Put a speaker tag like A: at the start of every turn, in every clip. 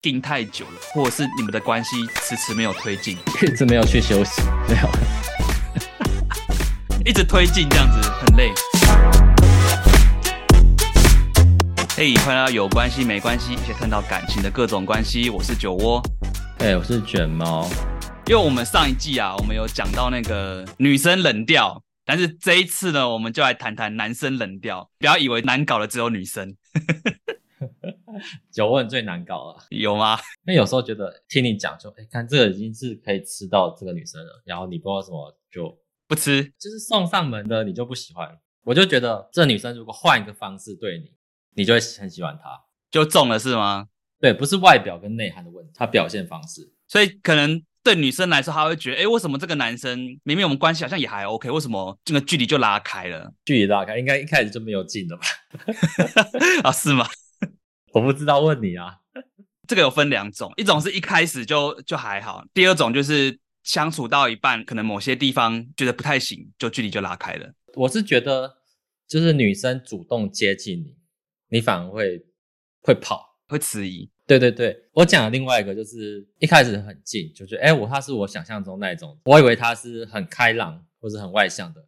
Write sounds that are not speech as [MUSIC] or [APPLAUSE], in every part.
A: 定太久了，或者是你们的关系迟迟没有推进，
B: 一 [LAUGHS] 直没有去休息，没有。
A: 一直推进这样子很累。嘿，欢迎来到有关系没关系，一起探讨感情的各种关系。我是酒窝，
B: 哎、我是卷毛，
A: 因为我们上一季啊，我们有讲到那个女生冷调，但是这一次呢，我们就来谈谈男生冷调。不要以为难搞的只有女生，
B: 酒问最难搞了，
A: 有吗？
B: 因为有时候觉得听你讲就，哎、看这个已经是可以吃到这个女生了，然后你不知道什么就
A: 不吃，
B: 就是送上门的，你就不喜欢。我就觉得这女生如果换一个方式对你，你就会很喜欢她。
A: 就中了是吗？
B: 对，不是外表跟内涵的问题，她表现方式。
A: 所以可能对女生来说，她会觉得，哎、为什么这个男生明明我们关系好像也还 OK，为什么这个距离就拉开了 [LAUGHS]
B: 距离拉开，应该一开始就没有劲了吧？ [LAUGHS]
A: 啊？是吗？ [LAUGHS]
B: 我不知道，问你啊。
A: 这个有分两种，一种是一开始就就还好，第二种就是相处到一半，可能某些地方觉得不太行，就距离就拉开了。
B: 我是觉得，就是女生主动接近你，你反而会会跑。
A: 会迟疑，
B: 对对对，我讲的另外一个就是一开始很近，就觉得哎，诶我他是我想象中那一种，我以为他是很开朗或是很外向的，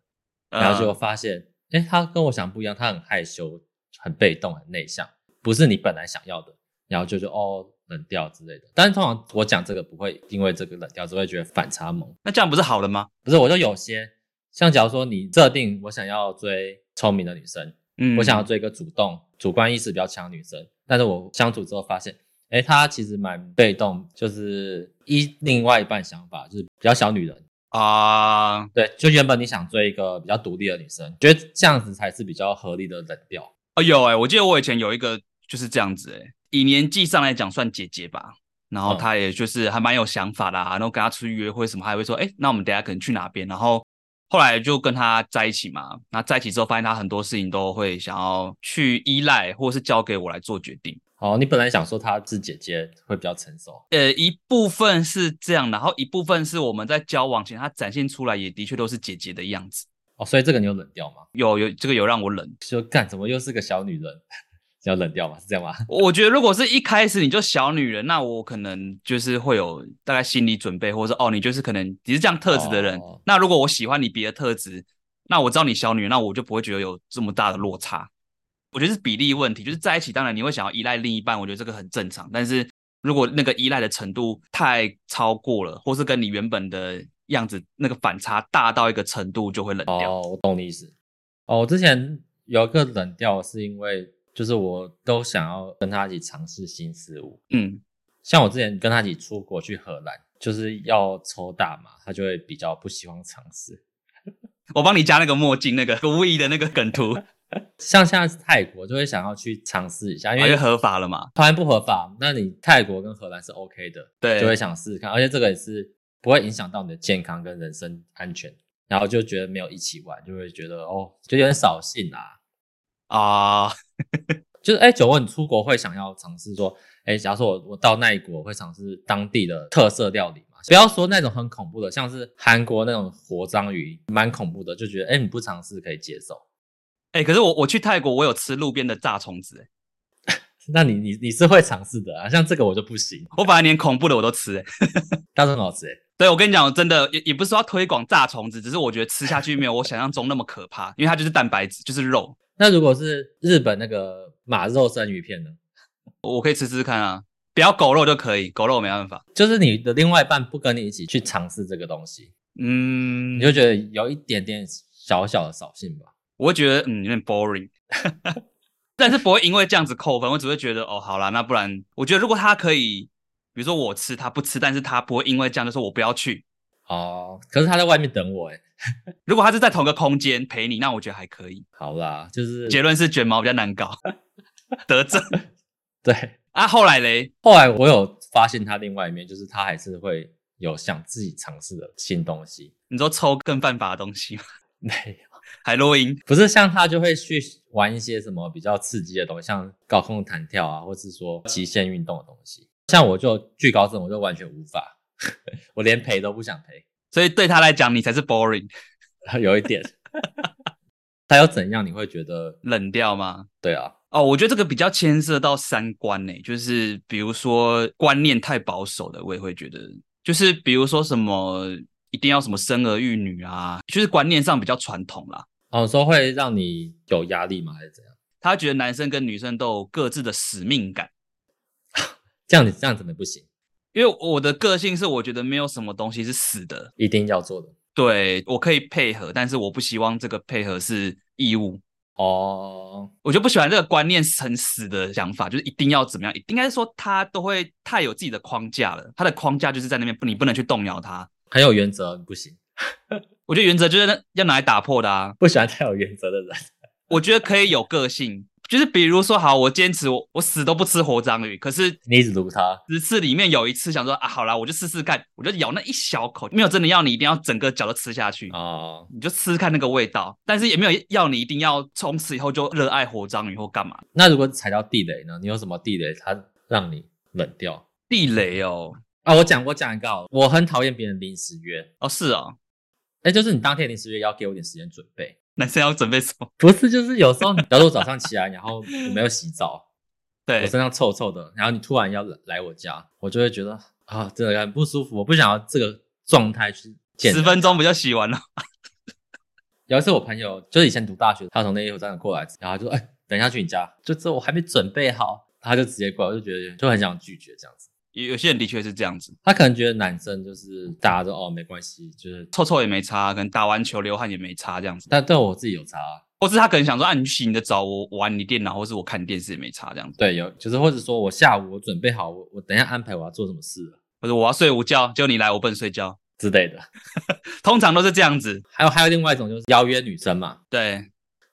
B: 然后就
A: 呃
B: 发现，哎、他跟我想不一样，他很害羞、很被动、很内向，不是你本来想要的，然后就就哦冷掉之类的。但是通常我讲这个不会因为这个冷掉，只会觉得反差萌。
A: 那这样不是好了吗？
B: 不是，我就有些像假如说你设定我想要追聪明的女生，
A: 嗯
B: 我想要追一个主动、主观意识比较强的女生，但是我相处之后发现，哎，她其实蛮被动，就是依另外一半想法，就是比较小女人。
A: 啊、
B: 对，就原本你想追一个比较独立的女生，觉得这样子才是比较合理的冷调。
A: 哦有哎、我记得我以前有一个就是这样子哎、以年纪上来讲算姐姐吧，然后
B: 嗯
A: 她也就是还蛮有想法的、啊，然后跟她出去约会什么，还会说，哎、那我们等一下可能去哪边，然后后来就跟她在一起嘛，那在一起之后发现她很多事情都会想要去依赖，或是交给我来做决定。
B: 哦，你本来想说她是姐姐会比较成熟，
A: 呃，一部分是这样，然后一部分是我们在交往前，她展现出来也的确都是姐姐的样子。
B: 哦，所以这个你有冷掉吗？
A: 有有，这个有让我冷。
B: 就干怎么又是个小女人，要冷掉吗？是这样吗？
A: 我觉得如果是一开始你就小女人，那我可能就是会有大概心理准备，或者是哦，你就是可能你是这样特质的人。
B: 哦
A: 那如果我喜欢你别的特质，那我知道你小女人，那我就不会觉得有这么大的落差。我觉得是比例问题，就是在一起，当然你会想要依赖另一半，我觉得这个很正常。但是如果那个依赖的程度太超过了，或是跟你原本的样子那个反差大到一个程度，就会冷掉。
B: 哦，我懂你意思。哦，我之前有一个冷掉，是因为就是我都想要跟他一起尝试新事物，
A: 嗯，
B: 像我之前跟他一起出国去荷兰，就是要抽大麻，他就会比较不希望尝试。
A: 我帮你加那个墨镜，那个无意的那个梗
B: [LAUGHS]
A: 图，
B: 像现在是泰国，就会想要去尝试一下，因
A: 因为
B: 为
A: 合法了嘛。
B: 台湾不合法，那你泰国跟荷兰是 OK 的，
A: 对，
B: 就会想试试看，而且这个也是不会影响到你的健康跟人身安全，然后就觉得没有一起玩，就会觉得哦，就有点扫兴啦、
A: 啊、
B: 就是哎，九问你出国会想要尝试说，哎，假如说我我到那一国会尝试当地的特色料理嘛？不要说那种很恐怖的，像是韩国那种活章鱼，蛮恐怖的，就觉得哎你不尝试可以接受。
A: 哎、可是我我去泰国，我有吃路边的炸虫子、欸，
B: 那你你你是会尝试的啊，像这个我就不行，
A: 我本来连恐怖的我都吃、欸。
B: 但是很好吃哎。
A: 对我跟你讲，我真的也也不是说要推广炸虫子，只是我觉得吃下去没有我想象中那么可怕，因为它就是蛋白质，就是肉，
B: 那如果是日本那个马肉生鱼片呢？
A: 我可以吃吃看啊，不要狗肉就可以，狗肉没办法。
B: 就是你的另外一半不跟你一起去尝试这个东西，
A: 嗯，
B: 你就觉得有一点点小小的扫兴吧。
A: 我会觉得嗯有点 boring，但是不会因为这样子扣分，我只会觉得哦好啦，那不然我觉得如果他可以，比如说我吃他不吃，但是他不会因为这样就说我不要去。
B: 哦，可是他在外面等我哎。
A: 如果他是在同个空间陪你，那我觉得还可以。
B: 好啦，就是
A: 结论是卷毛比较难搞， [LAUGHS] 得症
B: 对。
A: 啊。后来嘞，
B: 后来我有发现他另外一面，就是他还是会有想自己尝试的新东西，
A: 你说抽更犯法的东西吗？
B: [LAUGHS] 没有，
A: 海洛因
B: 不是像他就会去玩一些什么比较刺激的东西，像高空弹跳啊，或是说极限运动的东西。像我就惧高症，我就完全无法， [LAUGHS] 我连陪都不想 [LAUGHS] 陪，
A: 所以对他来讲，你才是 boring
B: [LAUGHS] 有一点。他又怎样？你会觉得
A: 冷掉吗？
B: 对啊？
A: 哦，我觉得这个比较牵涉到三观呢、就是比如说观念太保守的，我也会觉得，就是比如说什么一定要什么生儿育女啊，就是观念上比较传统啦。
B: 哦，说会让你有压力吗？还是怎样？
A: 他觉得男生跟女生都有各自的使命感，
B: 这样你这样真的不行，
A: 因为我的个性是我觉得没有什么东西是死的，
B: 一定要做的。
A: 对我可以配合，但是我不希望这个配合是义务。
B: 哦，
A: 我就不喜欢这个观念很死的想法，就是一定要怎么样，应该是说他都会太有自己的框架了，他的框架就是在那边，不你不能去动摇它。
B: 很有原则，不行，
A: 我觉得原则就是那要拿来打破的啊。
B: 不喜欢太有原则的人。
A: 我觉得可以有个性，就是比如说，好，我坚持我我死都不吃活章鱼，可是
B: 你一直撸他，
A: 十次里面有一次想说啊，好啦，我就试试看，我就咬那一小口，没有真的要你一定要整个脚都吃下去。
B: 哦，
A: 你就吃吃看那个味道，但是也没有要你一定要从此以后就热爱活章鱼或干嘛。
B: 那如果踩到地雷呢？你有什么地雷，它让你冷掉？
A: 地雷哦，
B: 啊，我讲我讲一个好了，我很讨厌别人临时约，
A: 哦是哦，
B: 哎，就是你当天临时约要给我一点时间准备，
A: 男生要准备什么？
B: 不是就是有时候你，假如我早上起来，然后我没有洗澡，
A: [LAUGHS]
B: 我
A: 对，
B: 身上臭臭的，然后你突然要来来我家，我就会觉得啊，真的很不舒服，我不想要这个状态去见
A: 十
B: 人。
A: 分钟不就洗完了？
B: 有一次我朋友就是以前读大学，他从那一站过来，然后他就说：“哎、等一下去你家。”就这我还没准备好，他就直接过来，我就觉得就很想拒绝这样子。
A: 有有些人的确是这样子，
B: 他可能觉得男生就是大家都哦没关系，就是
A: 臭臭也没差，可能打完球流汗也没差这样子，
B: 但对我自己有差啊，
A: 或是他可能想说啊，你洗你的澡，我我玩你电脑，或是我看电视也没差这样子，
B: 对有就是或者说我下午我准备好，我我等一下安排我要做什么事了
A: 或者我要睡午觉，就你来，我不能睡觉，
B: 之类的。 [LAUGHS]
A: 通常都是这样子。
B: 还有还有另外一种就是邀约女生嘛，
A: 对，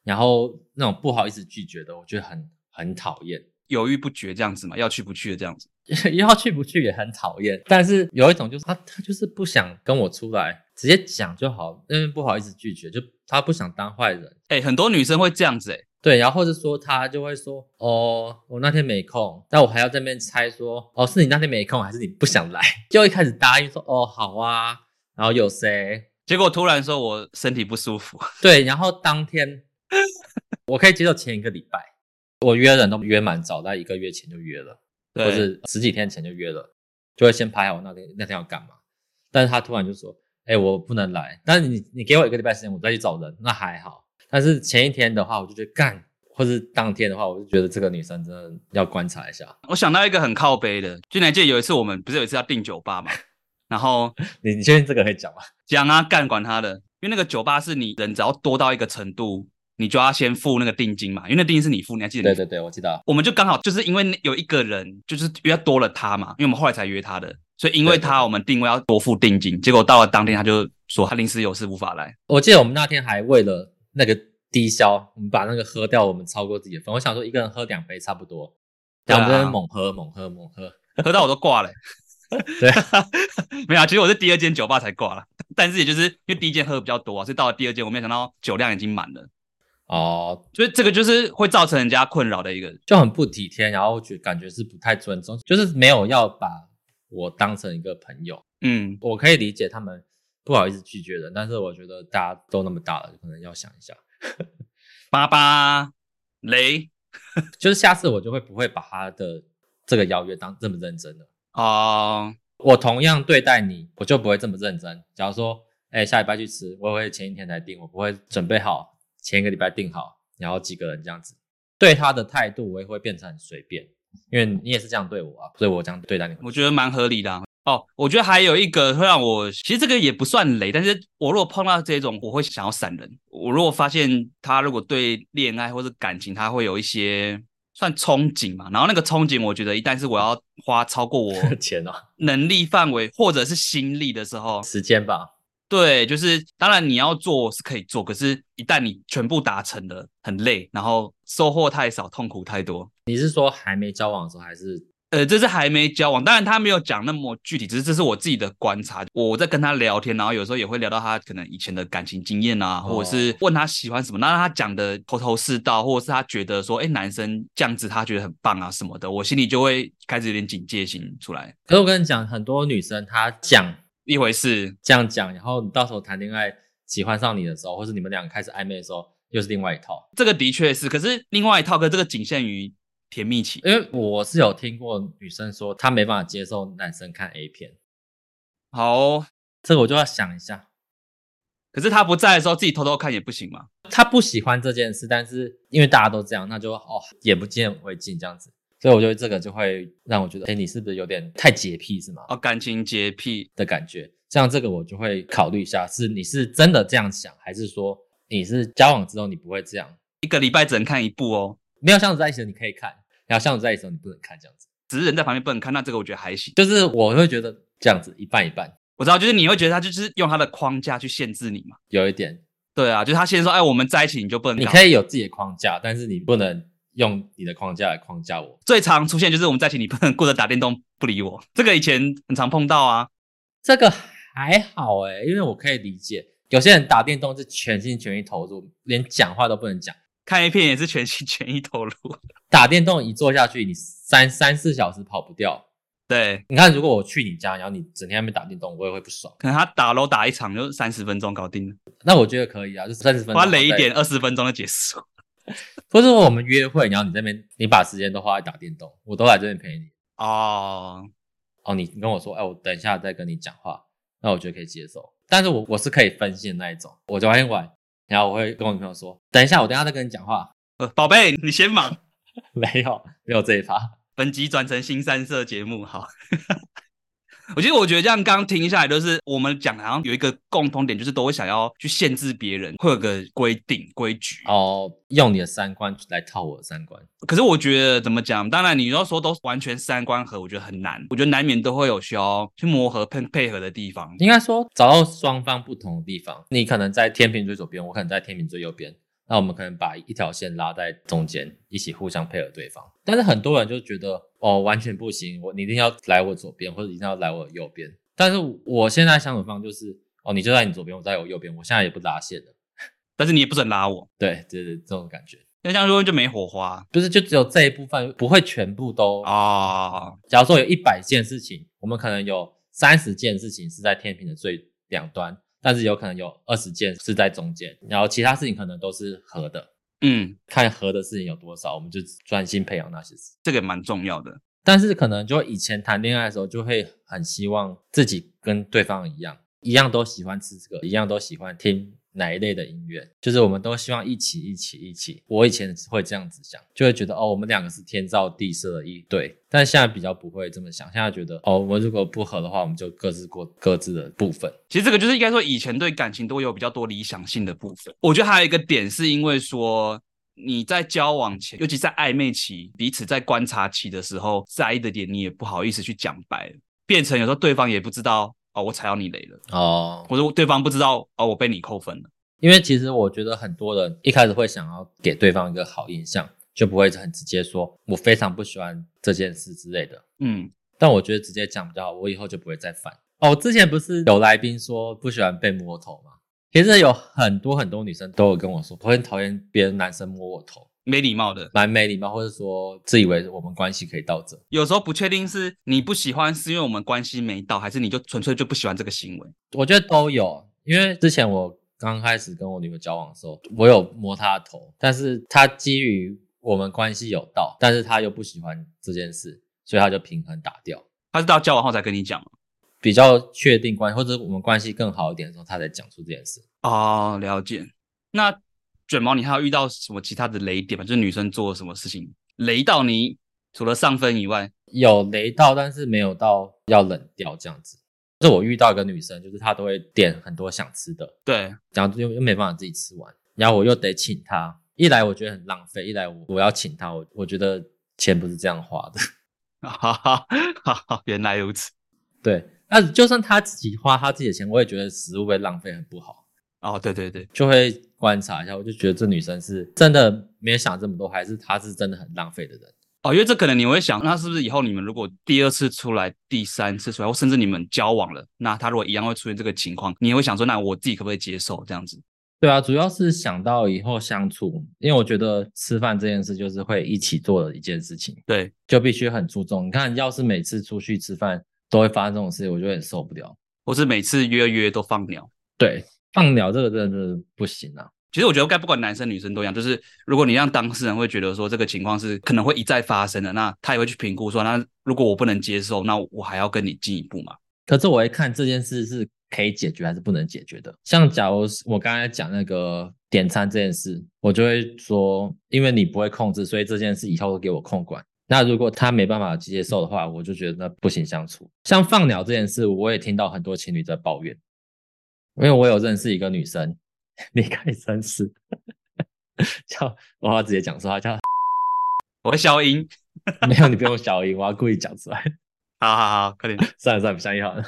B: 然后那种不好意思拒绝的，我觉得很很讨厌。 [LAUGHS]
A: 犹豫不决这样子嘛，要去不去的这样子。
B: 要去不去也很讨厌，但是有一种就是他他就是不想跟我出来，直接讲就好，因为不好意思拒绝，就他不想当坏人。
A: 哎、很多女生会这样子、欸，哎，
B: 对，然后或者说他就会说，哦，我那天没空，但我还要在那边猜说，哦，是你那天没空，还是你不想来？ [LAUGHS] 就一开始答应说，哦，好啊，然后有谁？
A: 结果突然说我身体不舒服，
B: 对，然后当天我可以接受前一个礼拜，我约人都约蛮早，在一个月前就约了。或
A: 对，
B: 是十几天前就约了，就会先排好那天那天要干嘛。但是他突然就说：“哎、我不能来。”但是你你给我一个礼拜时间，我再去找人，那还好。但是前一天的话，我就觉得干，或是当天的话，我就觉得这个女生真的要观察一下。
A: 我想到一个很靠背的，就你还记得有一次我们不是有一次要订酒吧嘛，然后
B: 你你确定这个可以讲吗？
A: 讲啊，干管他的，因为那个酒吧是你人只要多到一个程度，你就要先付那个定金嘛，因为那定金是你付，你还记得
B: 对
A: 你？
B: 对对，我记得。
A: 我们就刚好就是因为那有一个人就是约多了他嘛，因为我们后来才约他的，所以因为
B: 对对
A: 他我们定位要多付定金，结果到了当天他就说他临时有事无法来，
B: 我记得我们那天还为了那个低消，我们把那个喝掉，我们超过自己的份。我想说一个人喝两杯差不多，然后我们在那边
A: 对啊
B: 猛喝猛喝猛喝。
A: 喝到我都挂了、
B: [LAUGHS] 对，
A: [LAUGHS] 没有、啊，其实我是第二间酒吧才挂了，但是也就是因为第一间喝的比较多啊，所以到了第二间我没有想到酒量已经满了，
B: 哦，
A: 所以这个就是会造成人家困扰的一个
B: 就很不体贴，然后觉感觉是不太尊重，就是没有要把我当成一个朋友。
A: 嗯。
B: 我可以理解他们不好意思拒绝人，但是我觉得大家都那么大了，可能要想一下。
A: 八八雷
B: 就是下次我就会不会把他的这个邀约当这么认真了。
A: 哦、
B: 我同样对待你，我就不会这么认真。假如说，哎、下礼拜去吃，我也会前一天才订，我不会准备好，前一个礼拜订好，然后几个人这样子。对他的态度，我也会变成很随便，因为你也是这样对我啊，所以我这样对待你。
A: 我觉得蛮合理的啊、哦，我觉得还有一个会让我，其实这个也不算雷，但是我如果碰到这种，我会想要闪人。我如果发现他如果对恋爱或者感情，他会有一些算憧憬嘛，然后那个憧憬，我觉得一旦是我要花超过我 [LAUGHS]
B: 钱哦，
A: 能力范围或者是心力的时候，
B: 时间吧，
A: 对，就是当然你要做是可以做，可是一旦你全部达成了，很累，然后收获太少，痛苦太多。
B: 你是说还没交往的时候，还是
A: 呃，这是还没交往，当然他没有讲那么具体，只是这是我自己的观察。我在跟他聊天，然后有时候也会聊到他可能以前的感情经验啊，
B: 哦
A: 或者是问他喜欢什么，那他讲的头头是道，或者是他觉得说，哎，男生这样子他觉得很棒啊什么的，我心里就会开始有点警戒心出来。
B: 可是我跟你讲，很多女生她讲
A: 一回事，
B: 这样讲，然后你到时候谈恋爱喜欢上你的时候，或是你们两个开始暧昧的时候，又是另外一套。
A: 这个的确是，可是另外一套，可这个仅限于甜蜜期。
B: 因为我是有听过女生说她没办法接受男生看 A 片，
A: 好哦、
B: 这个我就要想一下。
A: 可是他不在的时候自己偷偷看也不行嘛？
B: 她不喜欢这件事，但是因为大家都这样，那就哦眼不见为净这样子，所以我觉得这个就会让我觉得，哎，你是不是有点太洁癖是吗？
A: 哦，感情洁癖，
B: 的感觉。像这个我就会考虑一下，是你是真的这样想，还是说你是交往之后你不会这样？
A: 一个礼拜只能看一部哦，
B: 没有相处在一起的你可以看，然后相处在一起的时候你不能看，这样子。
A: 只是人在旁边不能看，那这个我觉得还行。
B: 就是我会觉得这样子一半一半，
A: 我知道，就是你会觉得他就是用他的框架去限制你嘛？
B: 有一点
A: 对啊，就是他现在说，哎，我们在一起你就不能
B: 你
A: 搞。
B: 可以有自己的框架，但是你不能用你的框架来框架我。
A: 最常出现就是我们在一起，你不能顾着打电动不理我， [LAUGHS] 这个以前很常碰到啊。
B: 这个还好诶、因为我可以理解，有些人打电动是全心全意投入，连讲话都不能讲。
A: 看 A 片也是全心全意投入，
B: 打电动一坐下去，你三三四小时跑不掉。
A: 对，
B: 你看，如果我去你家，然后你整天在那边打电动，我也会不爽。
A: 可能他打楼打一场就三十分钟搞定了，
B: 那我觉得可以啊，就是三十分钟
A: 花累一
B: 对
A: 点二十分钟就结束。
B: 不是说我们约会，然后你这边你把时间都花在打电动，我都来这边陪你。
A: 哦，
B: 哦，你你跟我说，哎，我等一下再跟你讲话，那我觉得可以接受。但是我我是可以分心的那一种，我昨天玩，然后我会跟我女朋友说，等一下，我等一下再跟你讲话。 [LAUGHS]
A: 呃宝贝，你先忙。
B: 没有，没有这一趴。
A: 本集转成新三色节目，好。 [LAUGHS] 我觉得，我觉得这样刚刚听下来，就是我们讲好像有一个共同点，就是都会想要去限制别人，会有个规定规矩。
B: 哦，用你的三观来套我的三观。
A: 可是我觉得怎么讲？当然，你要说都完全三观合，我觉得很难。我觉得难免都会有需要去磨合、配配合的地方。
B: 应该说找到双方不同的地方，你可能在天平最左边，我可能在天平最右边，那我们可能把一条线拉在中间，一起互相配合对方。但是很多人就觉得哦，完全不行，我你一定要来我左边，或者一定要来我右边。但是我现在相处方就是哦，你就在你左边，我在我右边，我现在也不拉线了。
A: 但是你也不准拉我，
B: 对，就是这种感觉，
A: 因为这样说就没火花
B: 不是就只有这一部分，不会全部都。
A: 哦。
B: 假如说有一百件事情，我们可能有三十件事情是在天平的最两端，但是有可能有二十件是在中间，然后其他事情可能都是合的，
A: 嗯，
B: 看合的事情有多少，我们就专心培养那些事。
A: 这个蛮重要的。
B: 但是可能就以前谈恋爱的时候，就会很希望自己跟对方一样，一样都喜欢吃这个，一样都喜欢听哪一类的音乐，就是我们都希望一起一起一起。我以前会这样子想，就会觉得哦，我们两个是天造地设的一对，但现在比较不会这么想，现在觉得哦，我们如果不合的话，我们就各自过各自的部分。
A: 其实这个就是应该说，以前对感情都有比较多理想性的部分。我觉得还有一个点，是因为说你在交往前，尤其在暧昧期，彼此在观察期的时候，在意的点你也不好意思去讲白，变成有时候对方也不知道哦，我踩到你雷了，
B: 哦，
A: 或者对方不知道哦，我被你扣分了。
B: 因为其实我觉得很多人一开始会想要给对方一个好印象，就不会很直接说我非常不喜欢这件事之类的。
A: 嗯，
B: 但我觉得直接讲比较好，我以后就不会再犯。哦，之前不是有来宾说不喜欢被摸头吗？其实有很多很多女生都有跟我说，我很讨厌别人男生摸我头，
A: 没礼貌的，
B: 蛮没礼貌，或者说自以为我们关系可以到这。
A: 有时候不确定是你不喜欢，是因为我们关系没到，还是你就纯粹就不喜欢这个行为。
B: 我觉得都有，因为之前我刚开始跟我女朋友交往的时候，我有摸她的头，但是她基于我们关系有到，但是她又不喜欢这件事，所以她就平衡打掉。
A: 他是到交往后才跟你讲吗
B: 比较确定关系，或者我们关系更好一点的时候，她才讲出这件事。
A: 哦，了解。那卷毛，你还有遇到什么其他的雷点吗？就是女生做了什么事情雷到你，除了上分以外，
B: 有雷到，但是没有到要冷掉这样子。就是我遇到一个女生，就是她都会点很多想吃的，
A: 对， [LAUGHS]
B: 然后又又没办法自己吃完，然后我又得请她。一来我觉得很浪费，一来我我要请她，我我觉得钱不是这样花的。 [LAUGHS]
A: 哈哈哈哈，原来如此。
B: 对，那就算她自己花她自己的钱，我也觉得食物被浪费很不好，
A: 哦，对对对，
B: 就会观察一下。我就觉得这女生是真的没有想这么多，还是她是真的很浪费的人。
A: 哦，因为这可能你会想，那是不是以后你们如果第二次出来、第三次出来，或甚至你们交往了，那他如果一样会出现这个情况，你也会想说，那我自己可不可以接受这样子？
B: 对啊，主要是想到以后相处，因为我觉得吃饭这件事就是会一起做的一件事情，
A: 对，
B: 就必须很注重。你看，要是每次出去吃饭都会发生这种事，我就很受不了。
A: 或是每次约约都放鸟，
B: 对，放鸟这个真的是不行啊。
A: 其实我觉得该不管男生女生都一样，就是如果你让当事人会觉得说这个情况是可能会一再发生的，那他也会去评估说，那如果我不能接受，那我还要跟你进一步嘛？
B: 可是我一看这件事是可以解决还是不能解决的。像假如是我刚才讲那个点餐这件事，我就会说，因为你不会控制，所以这件事以后都给我控管。那如果他没办法接受的话，我就觉得那不行相处。像放鸟这件事，我也听到很多情侣在抱怨，因为我有认识一个女生， [LAUGHS] 你该真是 [LAUGHS] 叫我要直接讲说她叫 [LAUGHS]
A: 我会消音，
B: 没有，你不用小音，我要故意讲出来。
A: 好好好，快点，
B: 算了算了，不相信好了。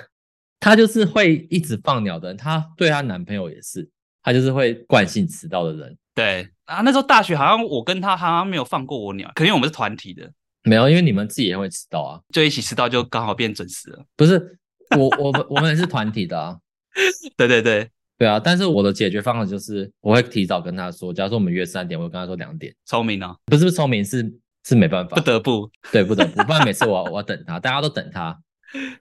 B: 她就是会一直放鸟的人，她对她男朋友也是，她就是会惯性迟到的人。
A: 对啊，那时候大学好像我跟他好像没有放过我鸟，可能因为我们是团体的，
B: 没有，因为你们自己也会迟到啊，
A: 就一起迟到就刚好变准时了。
B: 不是我我们我们也是团体的啊，
A: 对对对，
B: 对啊。但是我的解决方法就是，我会提早跟他说，假如说我们约三点，我会跟他说两点，
A: 聪明啊，
B: 不是不聪明，是是没办
A: 不
B: 法，
A: 得不。
B: 对，不得不，不然每次我要我要等他，大家都等他，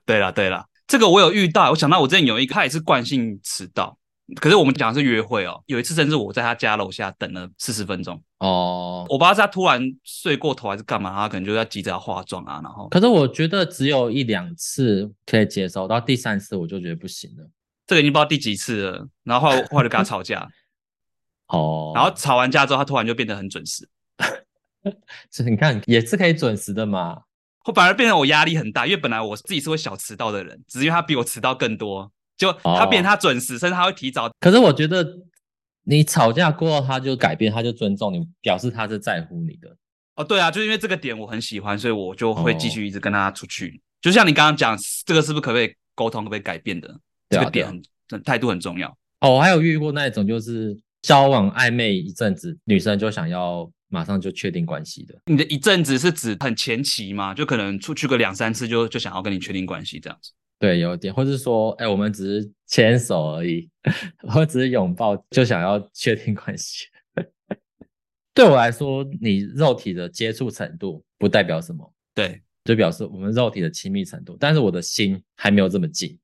A: 对啦对啦，这个我有遇到，我想到我之前有一个，他也是惯性迟到，可是我们讲的是约会哦。有一次甚至我在他家楼下等了四十分钟，
B: 哦。
A: 我不知道是他突然睡过头还是干嘛，他可能就在急着要化妆啊，然后
B: 可是我觉得只有一两次可以接受，到第三次我就觉得不行了。
A: 这个已经不知道第几次了，然后后来后来就跟他吵架，
B: [LAUGHS] 哦
A: 然后吵完架之后他突然就变得很准时，
B: 是你看也是可以准时的嘛。
A: 我反而变成我压力很大，因为本来我自己是会小迟到的人，只是因为他比我迟到更多，就
B: 哦
A: 他变成他准时，甚至他会提早。
B: 可是我觉得你吵架过后，他就改变，他就尊重你，表示他是在乎你的。
A: 哦，对啊，就是因为这个点我很喜欢，所以我就会
B: 哦
A: 继续一直跟他出去。就像你刚刚讲，这个是不是可不可以沟通，可不可以改变的？
B: 对啊
A: 这个点很这态度很重要。
B: 哦，我还有遇过那一种就是交往暧昧一阵子，女生就想要马上就确定关系的。
A: 你的一阵子是指很前期嘛，就可能出去个两三次就就想要跟你确定关系这样子。
B: 对，有一点，或是说，哎、我们只是牵手而已， [LAUGHS] 或只是拥抱就想要确定关系。 [LAUGHS] 对我来说，你肉体的接触程度不代表什么，
A: 对，
B: 就表示我们肉体的亲密程度，但是我的心还没有这么近。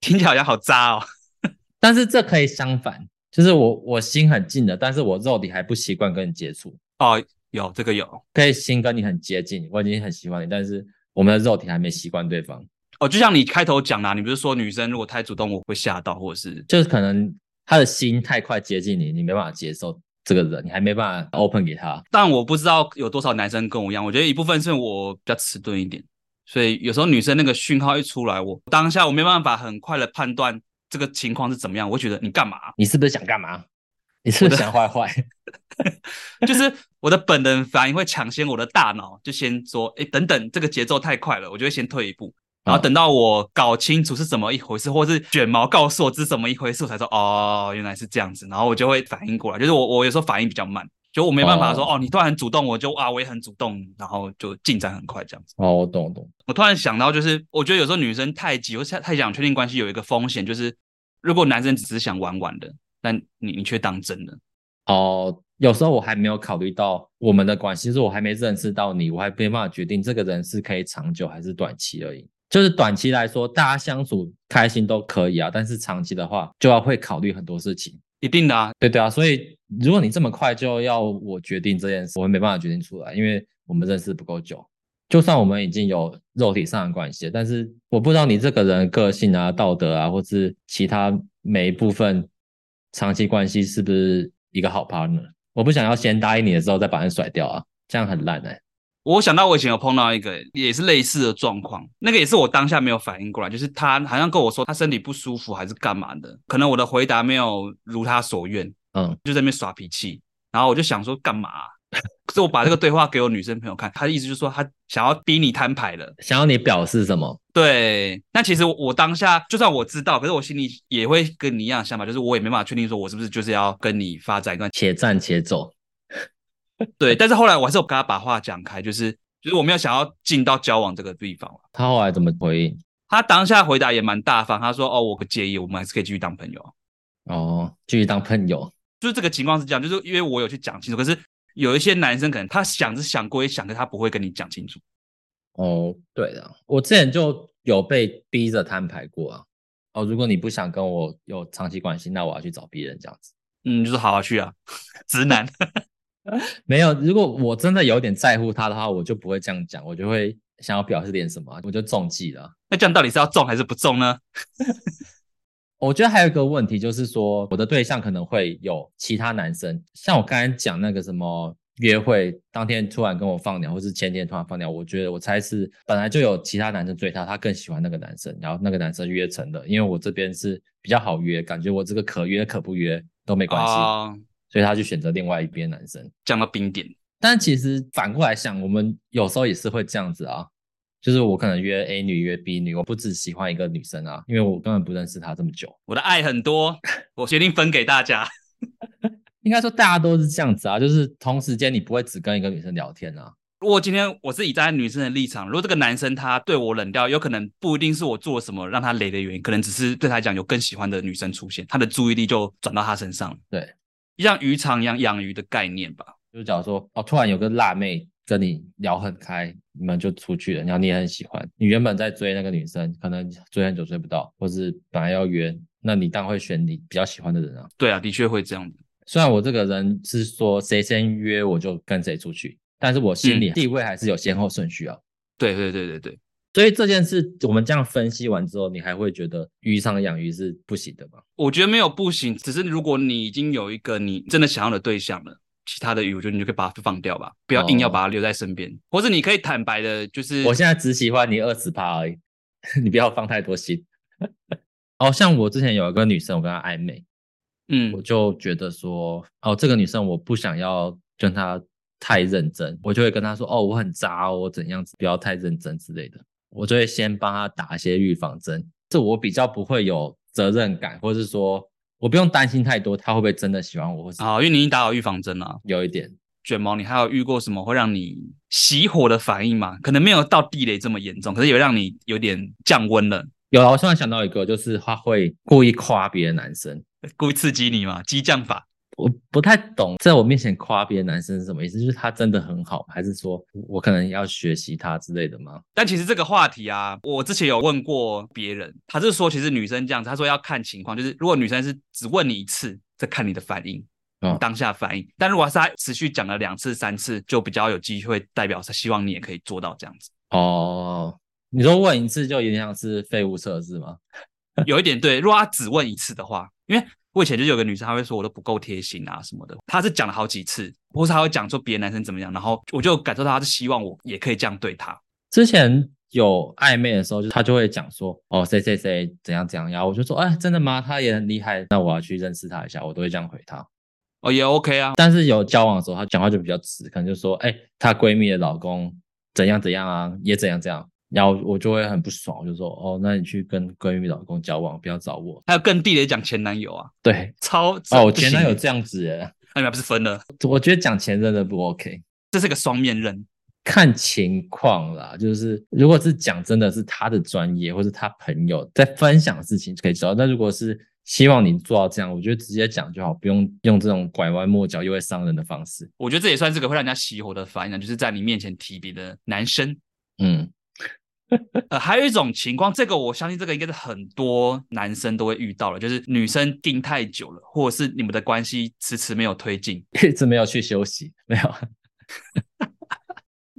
A: 听起来好像好渣哦。 [LAUGHS]
B: 但是这可以相反，就是我我心很近的，但是我肉体还不习惯跟你接触，
A: 哦，有这个有
B: 可以心跟你很接近，我已经很喜欢你，但是我们的肉体还没习惯对方，
A: 哦，就像你开头讲啦、你不是说女生如果太主动我会吓到，或者是
B: 就是可能他的心太快接近你，你没办法接受这个人，你还没办法 open 给他。
A: 但我不知道有多少男生跟我一样，我觉得一部分是我比较迟钝一点，所以有时候女生那个讯号一出来，我当下我没办法很快的判断这个情况是怎么样，我会觉得你干嘛？啊
B: 你是不是想干嘛？你是不是想坏坏？ [LAUGHS]
A: 就是我的本能反应会抢先我的大脑，就先说，哎，等等，这个节奏太快了，我就会先退一步。然后等到我搞清楚是怎么一回事，或是卷毛告诉我这是怎么一回事，我才说哦，原来是这样子。然后我就会反应过来，就是我我有时候反应比较慢，就我没办法说
B: 哦
A: 哦，你突然很主动，我就啊我也很主动，然后就进展很快这样子。
B: 哦，我懂我懂，
A: 我突然想到，就是我觉得有时候女生太急或太太想确定关系，有一个风险就是，如果男生只是想玩玩的，但你你却当真了。
B: 哦。有时候我还没有考虑到我们的关系，就是我还没认识到你，我还没办法决定这个人是可以长久还是短期而已。就是短期来说，大家相处开心都可以啊，但是长期的话就要会考虑很多事情。
A: 一定的啊，
B: 对对啊，所以如果你这么快就要我决定这件事，我没办法决定出来，因为我们认识不够久。就算我们已经有肉体上的关系了，但是我不知道你这个人的个性啊、道德啊，或是其他每一部分长期关系是不是一个好 partner。我不想要先答应你的时候再把人甩掉啊，这样很烂哎、
A: 我想到我以前有碰到一个也是类似的状况，那个也是我当下没有反应过来，就是他好像跟我说他身体不舒服还是干嘛的，可能我的回答没有如他所愿，
B: 嗯，
A: 就在那边耍脾气，然后我就想说干嘛啊、 [LAUGHS] 可是我把这个对话给我女生朋友看，她的意思就是说她想要逼你摊牌了。
B: 想要你表示什么？
A: 对，那其实我我当下就算我知道，可是我心里也会跟你一样的想法，就是我也没办法确定说我是不是就是要跟你发展一段
B: 且战且走。
A: 对，但是后来我还是有跟他把话讲开，就是就是我没有想要进到交往这个地方了。
B: 他后来怎么回应？
A: 他当下回答也蛮大方，他说哦我不介意，我们还是可以继续当朋友。
B: 哦，继续当朋友。
A: 就是这个情况是这样，就是因为我有去讲清楚，可是有一些男生可能他想是想过也想，可是他不会跟你讲清楚。
B: 哦，对的，我之前就有被逼着摊牌过啊。哦，如果你不想跟我有长期关系，那我要去找别人这样子。
A: 嗯，就说好啊，去啊，直男。 [LAUGHS]
B: 没有，如果我真的有点在乎他的话，我就不会这样讲，我就会想要表示点什么，我就中计了。啊
A: 那这样到底是要中还是不中呢？
B: 我觉得还有一个问题就是说，我的对象可能会有其他男生，像我刚才讲那个什么约会当天突然跟我放鸟，或是前天突然放鸟，我觉得我猜是本来就有其他男生追她，她更喜欢那个男生，然后那个男生约成的，因为我这边是比较好约，感觉我这个可约可不约都没关系，
A: 哦
B: 所以她就选择另外一边男生。
A: 讲到冰点，
B: 但其实反过来想，我们有时候也是会这样子啊，就是我可能约 A 女约 B 女，我不只喜欢一个女生啊，因为我根本不认识她这么久。
A: 我的爱很多，我决定分给大家。
B: 应该说大家都是这样子啊，就是同时间你不会只跟一个女生聊天啊。
A: 如果今天我是以站在女生的立场，如果这个男生他对我冷掉，有可能不一定是我做了什么让他雷的原因，可能只是对他来讲有更喜欢的女生出现，他的注意力就转到他身上了。
B: 对，
A: 像渔场一样养鱼的概念吧。
B: 就是假如说哦，突然有个辣妹跟你聊很开，你们就出去了，然后你也很喜欢，你原本在追那个女生，可能追很久追不到，或是本来要约，那你当然会选你比较喜欢的人啊。
A: 对啊，的确会这样子。
B: 虽然我这个人是说谁先约我就跟谁出去，但是我心里地位还是有先后顺序啊。
A: 对对对对对，
B: 所以这件事我们这样分析完之后，你还会觉得鱼场养鱼是不行的吗？
A: 我觉得没有不行，只是如果你已经有一个你真的想要的对象了，其他的鱼我觉得你就可以把它放掉吧，不要硬要把它留在身边，或者你可以坦白的，就是
B: 哦我现在只喜欢你二十趴而已， [LAUGHS] 你不要放太多心。 [LAUGHS] 哦，像我之前有一个女生，我跟她暧昧，
A: 嗯
B: 我就觉得说，哦，这个女生我不想要跟她太认真，我就会跟她说，哦，我很渣哦，我怎样子，不要太认真之类的。我就会先帮她打一些预防针，这我比较不会有责任感，或是说我不用担心太多，她会不会真的喜欢我，或是
A: 啊，因为你已经打好预防针了。
B: 有一点。
A: 卷毛，你还有遇过什么会让你熄火的反应吗？可能没有到地雷这么严重，可是有让你有点降温了，
B: 有啊，我突然想到一个，就是她会故意夸别的男生，
A: 故意刺激你嘛，激将法。
B: 我不太懂，在我面前夸别的男生是什么意思？就是他真的很好，还是说我可能要学习他之类的吗？
A: 但其实这个话题啊，我之前有问过别人，他是说其实女生这样子，他说要看情况，就是如果女生是只问你一次，再看你的反应，
B: 嗯
A: 当下反应。但如果是他持续讲了两次、三次，就比较有机会代表他希望你也可以做到这样子，
B: 哦，你说问一次就有点像是废物测试吗？
A: 有一点对。如果他只问一次的话，因为我以前就有个女生，她会说我都不够贴心啊什么的，她是讲了好几次，或是她会讲说别的男生怎么样，然后我就感受到她是希望我也可以这样对她。
B: 之前有暧昧的时候，就他就会讲说，哦，谁谁谁怎样怎样，然后我就说，哎，真的吗？他也很厉害，那我要去认识他一下，我都会这样回他。
A: 哦，也 OK 啊，
B: 但是有交往的时候，他讲话就比较直，可能就说，哎，她闺蜜的老公怎样怎样啊，也怎样怎样，然后我就会很不爽，我就说，哦，那你去跟闺蜜老公交往，不要找我。
A: 还有更地雷讲前男友啊，
B: 对，
A: 超
B: 哦，我
A: 不
B: 前男
A: 行
B: 友这样子耶，
A: 那你们还不是分了？
B: 我觉得讲前任的不 OK，
A: 这是个双面刃。
B: 看情况啦。就是如果是讲真的是他的专业或是他朋友在分享事情可以知道，但如果是希望你做到这样，我觉得直接讲就好，不用用这种拐弯抹角又会伤人的方式。
A: 我觉得这也算是个会让人家熄火的反应啊，就是在你面前提别的男生。
B: 嗯， [LAUGHS]
A: 呃，还有一种情况，这个我相信这个应该是很多男生都会遇到了，就是女生定太久了，或者是你们的关系迟迟没有推进，
B: 一直没有去休息，没有。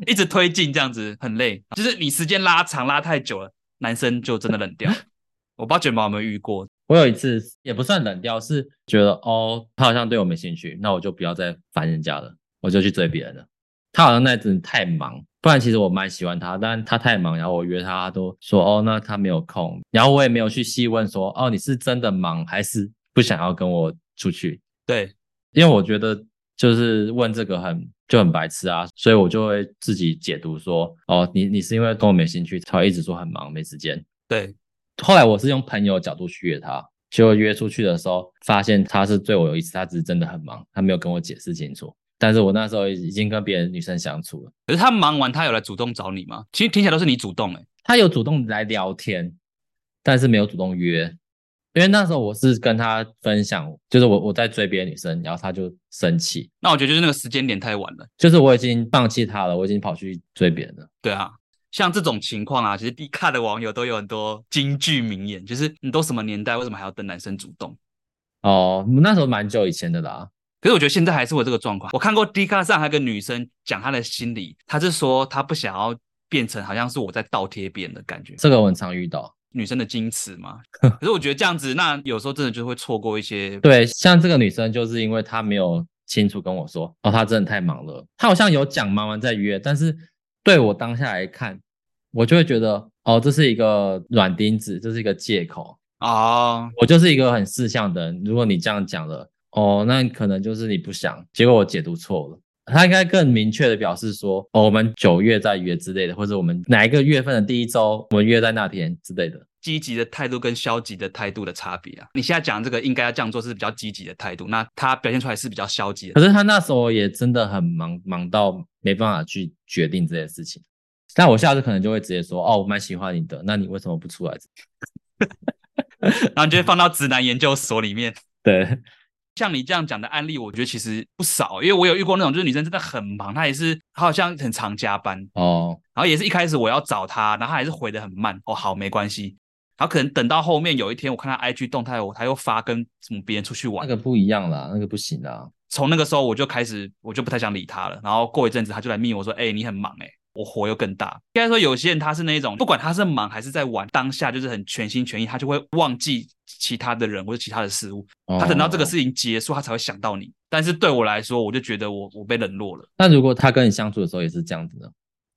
A: 一直推进这样子很累，就是你时间拉长拉太久了，男生就真的冷掉。 [LAUGHS] 我不知道卷毛有没有遇过，
B: 我有一次也不算冷掉，是觉得哦，他好像对我没兴趣，那我就不要再烦人家了，我就去追别人了。他好像那阵太忙，不然其实我蛮喜欢他，但他太忙，然后我约他，他都说哦，那他没有空，然后我也没有去细问说哦，你是真的忙还是不想要跟我出去？
A: 对，
B: 因为我觉得就是问这个很就很白痴啊，所以我就会自己解读说哦，你你是因为跟我没兴趣，才会一直说很忙没时间。
A: 对，
B: 后来我是用朋友角度去约他，结果约出去的时候，发现他是对我有意思，他只是真的很忙，他没有跟我解释清楚。但是我那时候已经跟别的女生相处了，
A: 可是他忙完，他有来主动找你吗？其实听起来都是你主动哎、
B: 他有主动来聊天，但是没有主动约，因为那时候我是跟他分享，就是我我在追别的女生，然后他就生气，
A: 那我觉得就是那个时间点太晚了。
B: 就是我已经放弃他了，我已经跑去追别人了。
A: 对啊，像这种情况啊，其实 D 卡的网友都有很多金句名言，就是你都什么年代，为什么还要等男生主动？
B: 哦，那时候蛮久以前的啦。
A: 可是我觉得现在还是会有这个状况。我看过 D 卡上还有个女生讲她的心理，她是说她不想要变成好像是我在倒贴别人的感觉，
B: 这个我很常遇到。
A: 女生的矜持嘛。可是我觉得这样子，那有时候真的就会错过一些。
B: 对，像这个女生就是因为她没有清楚跟我说，哦，她真的太忙了。她好像有讲忙完再约，但是对我当下来看，我就会觉得，哦，这是一个软钉子，这是一个借口。
A: 哦，
B: 我就是一个很识相的人，如果你这样讲了，哦，那可能就是你不想。结果我解读错了。她应该更明确的表示说，哦，我们九月再约之类的，或者我们哪一个月份的第一周，我们约在那天之类的。
A: 积极的态度跟消极的态度的差别啊。你现在讲这个应该要这样做是比较积极的态度，那她表现出来是比较消极的。
B: [LAUGHS] 可是他那时候也真的很忙，忙到没办法去决定这些事情。但我下次可能就会直接说：“哦，我蛮喜欢你的，那你为什么不出来
A: 然后你就会放到直男研究所里面。？”
B: 对，
A: 像你这样讲的案例，我觉得其实不少，因为我有遇过那种，就是女生真的很忙，她也是她好像很常加班，
B: [LAUGHS] 哦，
A: 然后也是一开始我要找她，然后她还是回的很慢，哦，好，没关系。然后可能等到后面有一天，我看她 IG 动态，我她又发跟什么别人出去玩
B: 那，个不一样啦，那个不行啦。
A: 从那个时候我就开始，我就不太想理他了。然后过一阵子，他就来密我说：“哎、你很忙哎、我火又更大。”应该说，有些人他是那种，不管他是忙还是在玩，当下就是很全心全意，他就会忘记其他的人或者其他的事物。
B: 哦
A: 他等到这个事情结束，他才会想到你。但是对我来说，我就觉得我我被冷落了。
B: 那如果他跟你相处的时候也是这样子呢，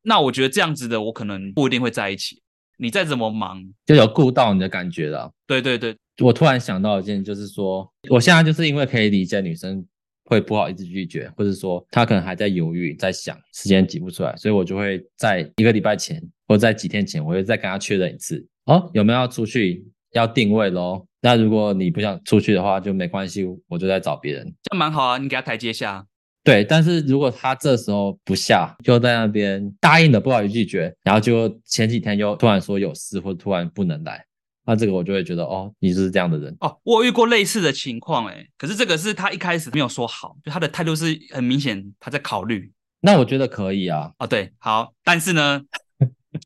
A: 那我觉得这样子的，我可能不一定会在一起。你再怎么忙，
B: 就有顾到你的感觉啦。
A: 对对对，
B: 我突然想到一件，就是说，我现在就是因为可以理解女生会不好意思拒绝，或者说她可能还在犹豫，在想时间挤不出来，所以我就会在一个礼拜前或者在几天前，我会再跟她确认一次，哦，有没有要出去，要定位咯。那如果你不想出去的话，就没关系，我就再找别人。
A: 这样蛮好啊，你给他台阶下。
B: 对，但是如果她这时候不下，就在那边答应了不好意思拒绝，然后就前几天又突然说有事或突然不能来，那这个我就会觉得哦，你就是这样的人。
A: 哦，我有遇过类似的情况哎、可是这个是他一开始没有说好，就他的态度是很明显他在考虑。
B: 那我觉得可以啊， [LAUGHS]
A: 哦，对，好，但是呢，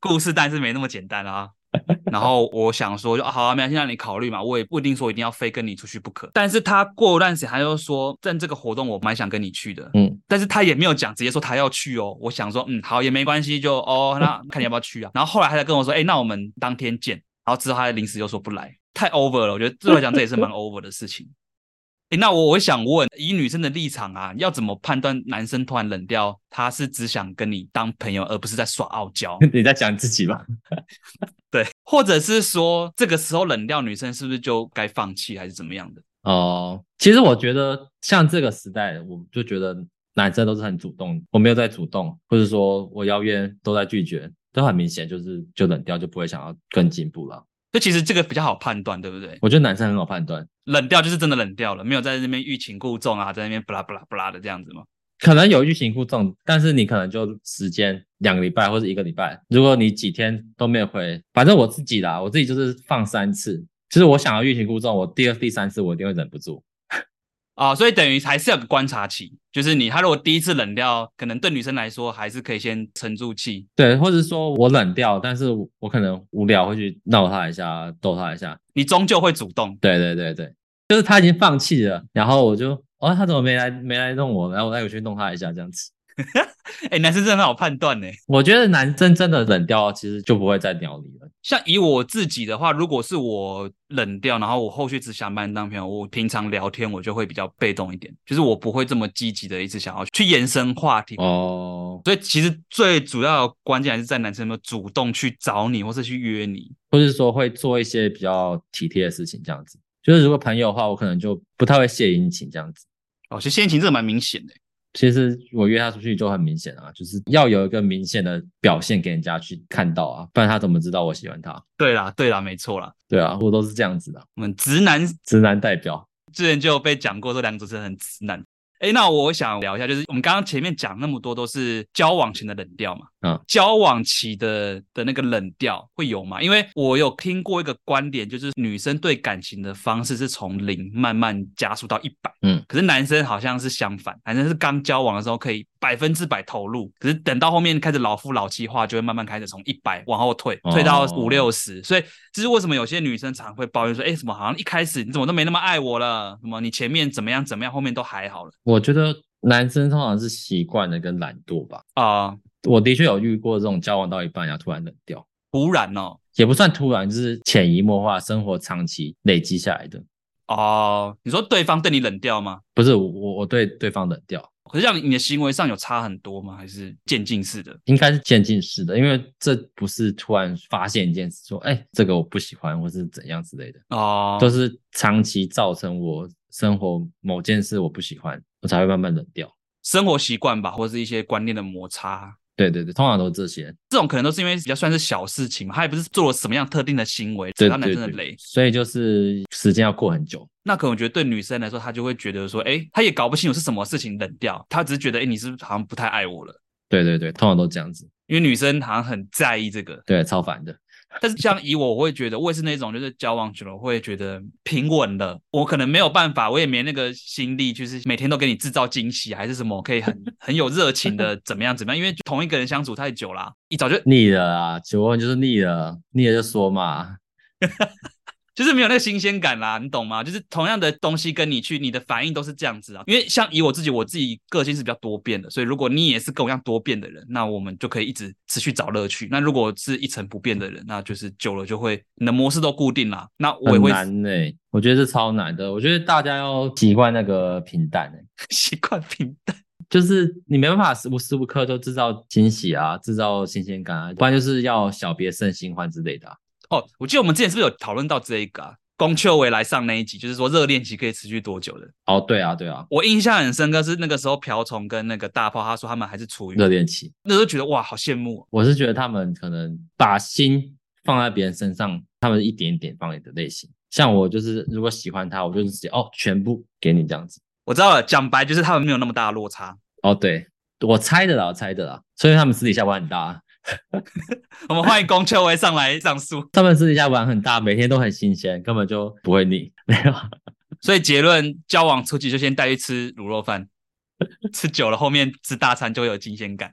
A: 故事但是没那么简单啊。然后我想说，就、啊、好啊，没关系，让你考虑嘛，我也不一定说一定要非跟你出去不可。但是他过一段时间，他又说，但这个活动我蛮想跟你去的，
B: 嗯，
A: 但是他也没有讲，直接说他要去哦。我想说，嗯，好，也没关系，就哦，那看你要不要去啊。然后后来他才跟我说，哎，那我们当天见。然后之后他临时又说不来，太 over 了，我觉得对我来讲这也是蛮 over 的事情。哎，那我我想问，以女生的立场啊，要怎么判断男生突然冷掉，他是只想跟你当朋友，而不是在耍傲娇？
B: 你在讲自己吧？
A: 对，或者是说这个时候冷掉，女生是不是就该放弃，还是怎么样的？
B: 哦，其实我觉得像这个时代，我就觉得男生都是很主动，我没有在主动，或者说我邀约都在拒绝，都很明显就是就冷掉，就不会想要更进步了。
A: 就其实这个比较好判断，对不对？
B: 我觉得男生很好判断，
A: 冷掉就是真的冷掉了，没有在那边欲擒故纵啊，在那边不啦不啦不啦的这样子吗？
B: 可能有欲擒故纵，但是你可能就时间两个礼拜或者一个礼拜，如果你几天都没有回，反正我自己啦，我自己就是放三次，其实我想要欲擒故纵，我第二、第三次我一定会忍不住。
A: 啊，所以等于还是有个观察期，就是你他如果第一次冷掉，可能对女生来说还是可以先沉住气，
B: 对，或者说我冷掉，但是我我可能无聊会去闹他一下，逗他一下。
A: 你终究会主动。
B: 对对对对，就是他已经放弃了，然后我就哦，他怎么没来没来弄我？然后我再去弄他一下这样子。
A: 哎，男生真的很好判断呢。
B: 我觉得男生真的冷掉，其实就不会再鸟你了。
A: 像以我自己的话，如果是我冷掉，然后我后续只想把你当朋友，我平常聊天我就会比较被动一点，就是我不会这么积极的一直想要去延伸话题。
B: 哦，
A: 所以其实最主要的关键还是在男生有没有主动去找你，或是去约你。
B: 或是说会做一些比较体贴的事情这样子。就是如果朋友的话，我可能就不太会献殷勤这样子。
A: 哦，其实现行这个蛮明显的。
B: 其实我约他出去就很明显啊，就是要有一个明显的表现给人家去看到啊，不然他怎么知道我喜欢他？
A: 对啦，对啦，没错啦。
B: 对啊，我都是这样子的啊，
A: 我们直男
B: 直男代表。
A: 之前就有被讲过，这两个主持人很直男。哎，那我想聊一下，就是我们刚刚前面讲那么多都是交往前的冷调嘛，
B: 嗯，
A: 交往期的的那个冷调会有吗？因为我有听过一个观点，就是女生对感情的方式是从零慢慢加速到一百，
B: 嗯，
A: 可是男生好像是相反，男生是刚交往的时候可以百分之百投入，可是等到后面开始老夫老妻化，就会慢慢开始从一百往后退，退到
B: 哦
A: 五六十，所以这是为什么有些女生常会抱怨说，哎、什么好像一开始你怎么都没那么爱我了，什么你前面怎么样怎么样，后面都还好了
B: 我觉得男生通常是习惯了跟懒惰吧。
A: 啊、
B: 我的确有遇过这种交往到一半然后突然冷掉，
A: 突然哦。
B: 也不算突然，就是潜移默化，生活长期累积下来的。
A: 哦，你说对方对你冷掉吗？
B: 不是我我我对对方冷掉，
A: 可是让你的行为上有差很多吗？还是渐进式的？
B: 应该是渐进式的，因为这不是突然发现一件事，说哎、这个我不喜欢，或是怎样之类的，
A: 哦，
B: 都是长期造成我生活某件事我不喜欢，我才会慢慢冷掉。
A: 生活习惯吧，或是一些观念的摩擦，
B: 对对对，通常都是这些。
A: 这种可能都是因为比较算是小事情嘛，他也不是做了什么样特定的行为，
B: 对
A: 让男
B: 对
A: 生的
B: 对
A: 累。，
B: 所以就是时间要过很久。
A: 那可能我觉得对女生来说，她就会觉得说，哎，她也搞不清楚是什么事情冷掉，她只是觉得，哎，你是不是好像不太爱我了？
B: 对对对，通常都这样子。
A: 因为女生好像很在意这个。
B: 对，超烦的。
A: 但是像以我，我会觉得我也是那种，就是交往久了，我会觉得平稳了。我可能没有办法，我也没那个心力，就是每天都给你制造惊喜，还是什么，可以
B: [LAUGHS]
A: 很很有热情的怎么样怎么样。因为同一个人相处太久啦，一早就
B: 腻了啊，求婚就是腻了，腻了就说嘛。
A: 就是没有那个新鲜感啦，你懂吗？就是同样的东西跟你去，你的反应都是这样子啊。因为像以我自己，我自己个性是比较多变的，所以如果你也是跟我一样多变的人，那我们就可以一直持续找乐趣。那如果是一成不变的人，那就是久了就会你的模式都固定啦。那我也
B: 很
A: 会
B: 难呢、我觉得是超难的。我觉得大家要习惯那个平淡、欸，
A: 习惯平淡。
B: 就是你没办法时无时无刻都制造惊喜啊，制造新鲜感啊，不然就是要小别胜新欢之类的啊、
A: 哦，我记得我们之前是不是有讨论到这一个啊？龚秋伟来上那一集，就是说热恋期可以持续多久的？
B: 哦，对啊，对啊，
A: 我印象很深刻是那个时候瓢虫跟那个大炮，他说他们还是处于
B: 热恋期，
A: 那时候觉得哇，好羡慕、哦。
B: 我是觉得他们可能把心放在别人身上，他们一点一点放你的类型。像我就是，如果喜欢他，我就是直接哦，全部给你这样子。
A: 我知道了，讲白就是他们没有那么大的落差。
B: 哦，对，我猜的啦，我猜的啦，所以他们私底下玩很大啊，
A: 我们欢迎龚秋薇上来上诉。
B: 他们私底下玩很大，每天都很新鲜，根本就不会腻。没有，
A: 所以结论，交往初期就先带去吃卤肉饭， [LAUGHS] 吃久了后面吃大餐就会有新鲜感。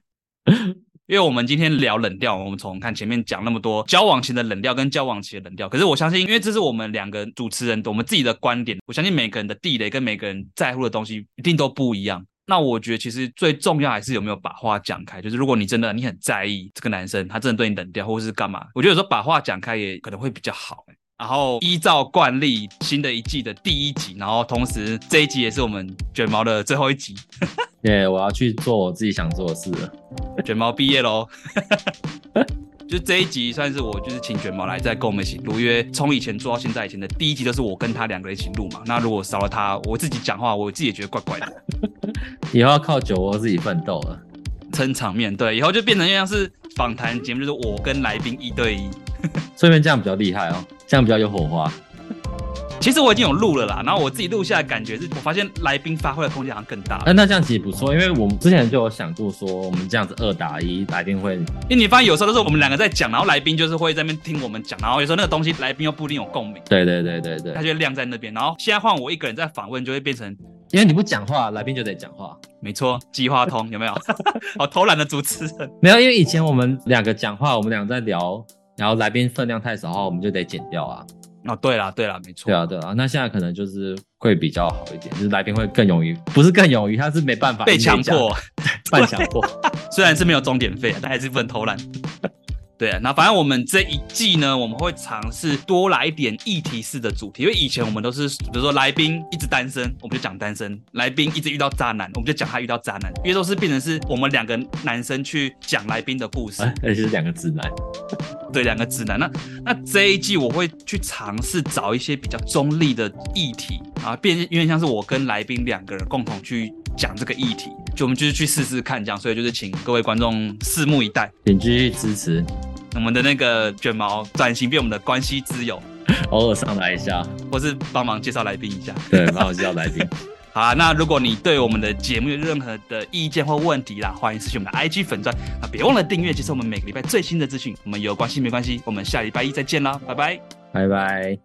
A: 因为我们今天聊冷调，我们从看前面讲那么多交往前的冷调跟交往期的冷调，可是我相信，因为这是我们两个主持人我们自己的观点，我相信每个人的地雷跟每个人在乎的东西一定都不一样。那我觉得其实最重要还是有没有把话讲开，就是如果你真的你很在意这个男生，他真的对你冷掉或是干嘛，我觉得有时候把话讲开也可能会比较好、欸然后依照惯例，新的一季的第一集，然后同时这一集也是我们卷毛的最后一集， [LAUGHS]
B: 耶、我要去做我自己想做的事了。
A: 卷毛毕业喽。 [LAUGHS] 就这一集算是我就是请卷毛来再跟我们一起录，因为从以前做到现在以前的第一集都是我跟他两个人一起录嘛。那如果少了他，我自己讲话，我自己也觉得怪怪的，
B: 以后要靠酒窝自己奋斗了。
A: 撑场面对，以后就变成像是访谈节目，就是我跟来宾一对一。
B: 顺便这样比较厉害哦，这样比较有火花。
A: 其实我已经有录了啦，然后我自己录下来感觉是，我发现来宾发挥的空间好像更大了
B: 哎那、。那这样其实不错，因为我们之前就有想过说，我们这样子二打一来宾会，
A: 因为你发现有时候都是我们两个在讲，然后来宾就是会在那边听我们讲，然后有时候那个东西来宾又不一定有共鸣，
B: 对对对对
A: 他
B: 对，
A: 就会晾在那边。然后现在换我一个人在访问，就会变成
B: 因为你不讲话，来宾就得讲话。
A: 没错，计划通有没有？ [LAUGHS] 好偷懒的主持人，
B: 没有，因为以前我们两个讲话，我们两个在聊，然后来宾分量太少的话，我们就得剪掉啊。
A: 哦，对啦对啦，没错，
B: 对啊，对啊，那现在可能就是会比较好一点，就是来宾会更勇于，不是更勇于，他是没办法
A: 被
B: 硬
A: 强 [LAUGHS]
B: 讲，
A: 迫，
B: 半强迫。
A: 虽然是没有终点费，啊但还是不能偷懒。 [LAUGHS] 对啊，那反正我们这一季呢，我们会尝试多来一点议题式的主题，因为以前我们都是，比如说来宾一直单身，我们就讲单身；来宾一直遇到渣男，我们就讲他遇到渣男，因为都是变成是我们两个男生去讲来宾的故事。
B: 哎而且是两个直男，
A: 对，两个直男。那那这一季我会去尝试找一些比较中立的议题啊，变因为像是我跟来宾两个人共同去讲这个议题，就我们就是去试试看这样，所以就是请各位观众拭目以待。
B: 请继续支持，
A: 我们的那个卷毛转型变我们的关系之友，
B: 偶尔上来一下，
A: 或是帮忙介绍来宾一下。 [LAUGHS]
B: 对，蛮好笑来宾。
A: 好啦，那如果你对我们的节目有任何的意见或问题啦，欢迎私讯我们的 IG 粉钻啊，别忘了订阅，接受我们每个礼拜最新的资讯。我们有关系没关系，我们下礼拜一再见啦，拜拜。
B: 拜拜。